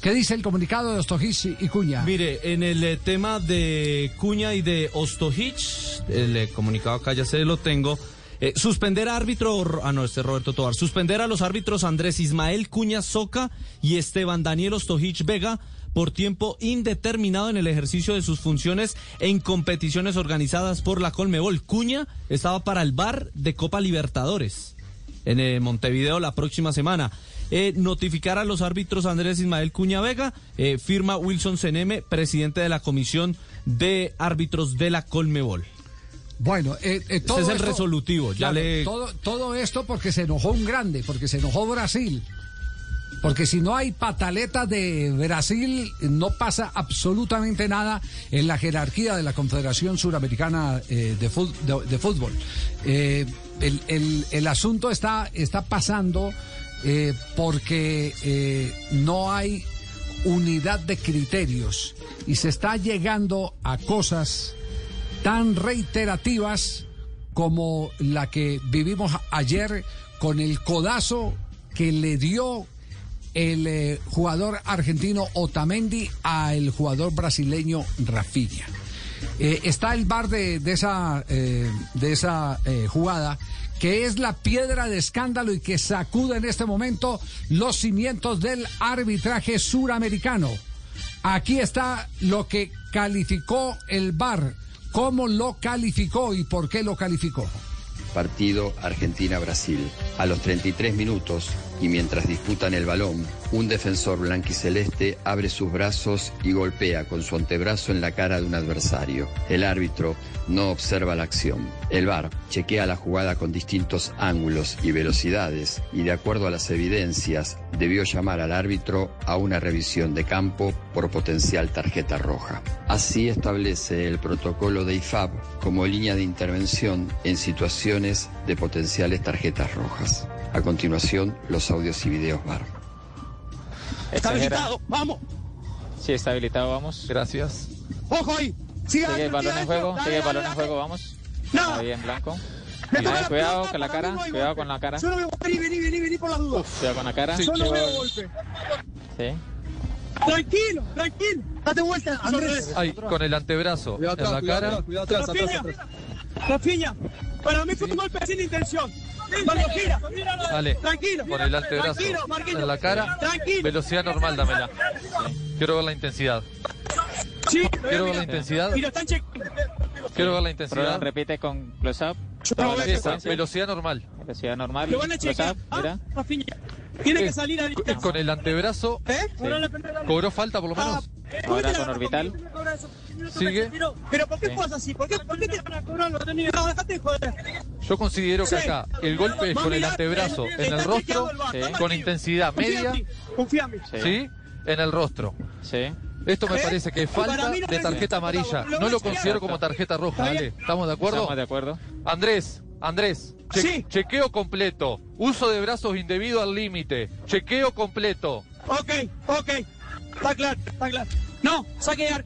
¿Qué dice el comunicado de Ostojic y Cuña? Mire, en el eh, tema de Cuña y de Ostojic, el eh, comunicado acá ya se lo tengo. Eh, suspender a árbitro, ah no, este es Roberto Tobar, suspender a los árbitros Andrés Ismael Cuña Soca y Esteban Daniel Ostojic Vega por tiempo indeterminado en el ejercicio de sus funciones en competiciones organizadas por la Colmebol. Cuña estaba para el bar de Copa Libertadores en eh, Montevideo la próxima semana. Eh, notificar a los árbitros Andrés Ismael Cuña Vega, eh, firma Wilson Seneme, presidente de la Comisión de Árbitros de la Colmebol. Bueno, eh, eh, todo Ese es el esto- resolutivo, ya Claro, le- todo, todo esto porque se enojó un grande, porque se enojó Brasil. Porque si no hay pataleta de Brasil, no pasa absolutamente nada en la jerarquía de la Confederación Suramericana eh, de, fut- de- de Fútbol. Eh, el, el- el asunto está, está pasando eh, porque eh, no hay unidad de criterios y se está llegando a cosas tan reiterativas como la que vivimos ayer con el codazo que le dio el eh, jugador argentino Otamendi al jugador brasileño Rafinha. Eh, está el bar de, de esa, eh, de esa eh, jugada que es la piedra de escándalo y que sacude en este momento los cimientos del arbitraje suramericano. Aquí está lo que calificó el VAR, cómo lo calificó y por qué lo calificó. Partido Argentina-Brasil. A los 33 minutos, y mientras disputan el balón, un defensor blanquiceleste abre sus brazos y golpea con su antebrazo en la cara de un adversario. El árbitro no observa la acción. El VAR chequea la jugada con distintos ángulos y velocidades y de acuerdo a las evidencias debió llamar al árbitro a una revisión de campo por potencial tarjeta roja. Así establece el protocolo de IFAB como línea de intervención en situaciones de potenciales tarjetas rojas. A continuación, los audios y videos VAR. Está Exagera. habilitado, vamos. Sí, está habilitado, vamos. Gracias. Ojo ahí. Sigue, Sigue el balón en juego, sigue el balón en juego, vamos. No. Ahí en blanco. Cuidado, cuidado con la cara, cuidado con la cara. Solo veo, vení, vení, vení, vení por las dudas. Cuidado con la cara. Sí. Solo veo golpe. Tranquilo, tranquilo. Date vuelta, Andrés. Ahí, con el antebrazo Cuidado atrás, en la cuidado cara. atrás, cuidado atrás, atrás, Rafinha, atrás. Rafinha, para mí fue un golpe sin intención. Cuando gira, Dale. tranquilo. Con el antebrazo Tranquilo, Marquinhos. en la cara. Tranquilo. Velocidad normal, dámela. Quiero ver la intensidad. Sí, lo voy a Quiero ver la mirar. intensidad. Y lo están chequeando. Quiero ver Prodan la intensidad. repite con close up. no Toda la veo Ahí está, secuencia. Velocidad normal. Velocidad normal. Lo van a Close chequear. up, Ah, mira. Rafinha, tiene que salir ahorita. Con el antebrazo. ¿Eh? Cobró la ¿Cobró falta por lo Ah, menos? Ahora con orbital. Sigue. Pero ¿por qué Sí. juegas así? ¿Por qué, por qué te van a cobrar los tenis? No, dejate de joder. Yo considero que Sí. acá el golpe es con el Mami, antebrazo el- en el está rostro, chequeado el bar, sí, está con metido. intensidad Confía en media, mí, Confía en mí. ¿sí? En el rostro. Sí. Esto me ¿Eh? parece que es Para falta mí no de es- tarjeta Lo amarilla. No lo chequearon. considero como tarjeta roja, Está Ale. bien. ¿Estamos de acuerdo? Estamos de acuerdo. Andrés, Andrés, che- Sí. chequeo completo. Uso de brazos indebido al límite. Chequeo completo. Ok, ok. Está claro, está claro. No, saque ya.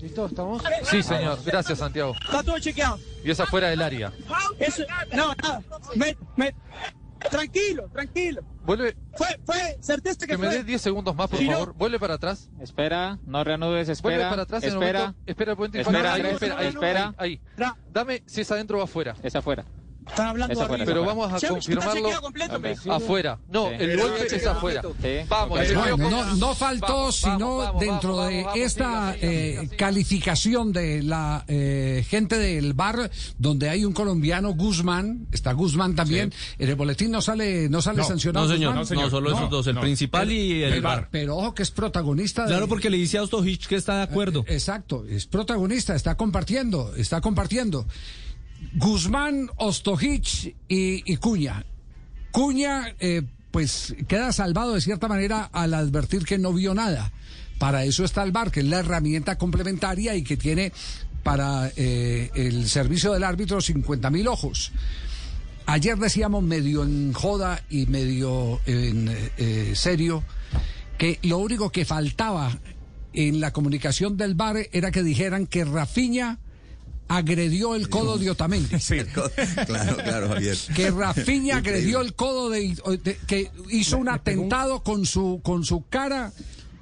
Eh, Sí, señor. Gracias, Santiago. Está todo chequeado. Y esa fuera del área. Eso, no, nada. Me, me, tranquilo, tranquilo. Vuelve, Fue, fue, certeza que que me fue. des 10 segundos más, por Sí, no. favor. Vuelve para atrás. Espera, no reanudes, Vuelve espera. para atrás. en el Espera. momento. Espera el puente. y Espera, fuera. ahí, Andrés, espera, ahí, espera. Ahí, ahí. Tra- Dame si es adentro o afuera. Es afuera. Están hablando Esa fue arriba. la- Pero vamos a Ya, ya está chequeado confirmarlo completo, pues. Ok. me- afuera. No, Sí. el golpe es afuera. Sí. Eh, Vamos, Ok. el Bueno, chequeo no, no faltó, Vamos, sino vamos, vamos, dentro vamos, de vamos, esta siga, siga, eh, siga, siga. calificación de la eh, gente del bar, donde hay un colombiano, Guzmán, está Guzmán también. En el boletín no sale, no sale sancionado. No, señor, Guzmán. no, solo esos dos, el principal y el, Pero- bar. Pero ojo que es protagonista. de- Claro, porque le dice a Ostojic que está de acuerdo. Exacto, es protagonista, está compartiendo, está compartiendo. Guzmán, Ostojic y, y Cuña. Cuña, eh, pues queda salvado de cierta manera al advertir que no vio nada. Para eso está el VAR, que es la herramienta complementaria y que tiene para eh, el servicio del árbitro 50.000 mil ojos. Ayer decíamos medio en joda y medio en eh, eh, serio que lo único que faltaba en la comunicación del bar era que dijeran que Rafiña agredió el codo de Otamendi. claro, claro, Javier. Que Rafiña Increíble. agredió el codo de, de- que hizo un atentado con su con su cara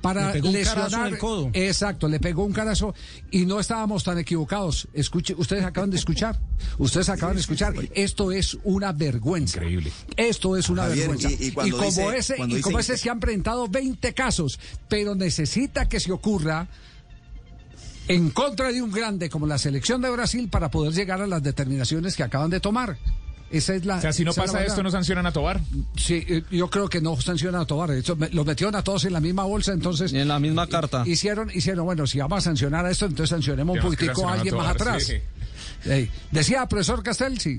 para Le pegó un carazo en lesionar. el codo. Exacto, le pegó un carazo y no estábamos tan equivocados. Escuche, ustedes acaban de escuchar. Ustedes acaban de escuchar. Esto es una vergüenza. Increíble. Esto es una Javier, vergüenza. y- y cuando como dice- ese, cuando y dice- como ese se han presentado 20 casos, pero necesita que se ocurra en contra de un grande como la selección de Brasil para poder llegar a las determinaciones que acaban de tomar. Esa es la. O sea, si no esa es la pasa verdad. esto, no sancionan a Tobar. Sí, eh, yo creo que no sancionan a Tobar. De hecho, me- los metieron a todos en la misma bolsa, entonces. Y en la misma carta. Hicieron, hicieron, bueno, si vamos a sancionar a esto, entonces sancionemos un Tenemos que poquitico a alguien más sancionar a Tobar, atrás. Ey, decía profesor Castel, sí.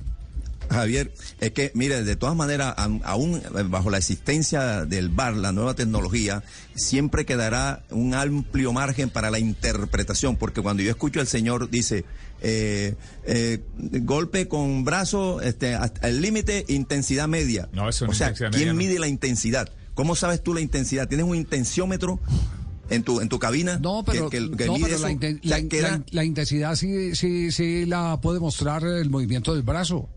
Javier, es que, mire, de todas maneras, am- aún eh, bajo la existencia del VAR, la nueva tecnología, siempre quedará un amplio margen para la interpretación, porque cuando yo escucho al señor, dice, eh, eh, golpe con brazo, este, hasta el límite, intensidad media. No, eso no o sea, intensidad ¿quién media, no. mide la intensidad? ¿Cómo sabes tú la intensidad? ¿Tienes un intensiómetro? En tu, en tu cabina No, pero, que, que- que no, mide pero eso? la, inten- O sea, la- queda- la- la intensidad sí, sí, sí la puede mostrar el movimiento del brazo.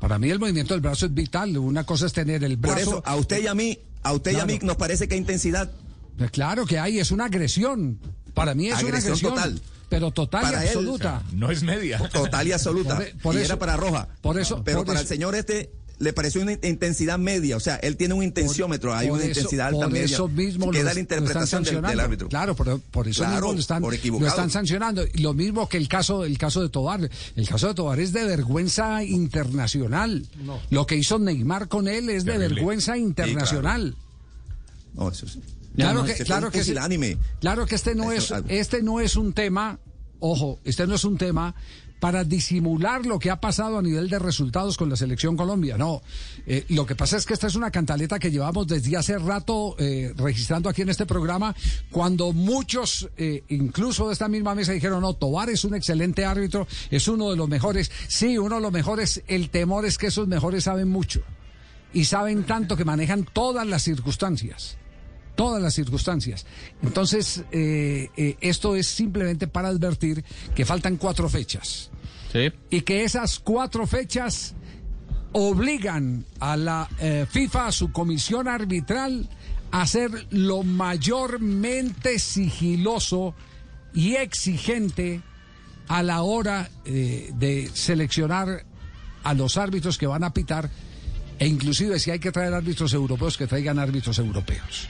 Para mí el movimiento del brazo es vital. Una cosa es tener el Por brazo. eso, a usted y a mí, a usted y a mí Claro. nos parece que hay intensidad. Pues Claro que hay, es una agresión. Para mí es Agresión una agresión total. Pero total Para y él, absoluta. No es media. Total y absoluta. Por e- por y eso- era para Roja. por eso- Pero por para eso- el señor este le pareció una in- intensidad media. O sea, él tiene un intensiómetro, hay Por una eso- intensidad alta por media. Eso mismo queda lo- la lo están interpretación del, del sancionando. árbitro. Claro, por, por eso Claro, mismo lo están, por lo equivocado. están sancionando. Lo mismo que el caso, el caso de Tobar. El caso de Tobar es de vergüenza internacional. Lo que hizo Neymar con él es de Terrible. vergüenza internacional. No, eso sí. Claro No, que, este se fue claro un que sí. pusilánime. Claro que este no es, Eso, algo. este no es un tema, ojo, este no es un tema para disimular lo que ha pasado a nivel de resultados con la selección Colombia. No, Eh, lo que pasa es que esta es una cantaleta que llevamos desde hace rato eh, registrando aquí en este programa, cuando muchos, eh, incluso de esta misma mesa, dijeron, no, Tobar es un excelente árbitro, es uno de los mejores. Sí, uno de los mejores, el temor es que esos mejores saben mucho y saben tanto que manejan todas las circunstancias todas las circunstancias. Entonces, eh, eh, esto es simplemente para advertir que faltan cuatro fechas Sí. y que esas cuatro fechas obligan a la eh, FIFA, a su comisión arbitral, a ser lo mayormente sigiloso y exigente a la hora eh, de seleccionar a los árbitros que van a pitar e inclusive si hay que traer árbitros europeos, que traigan árbitros europeos.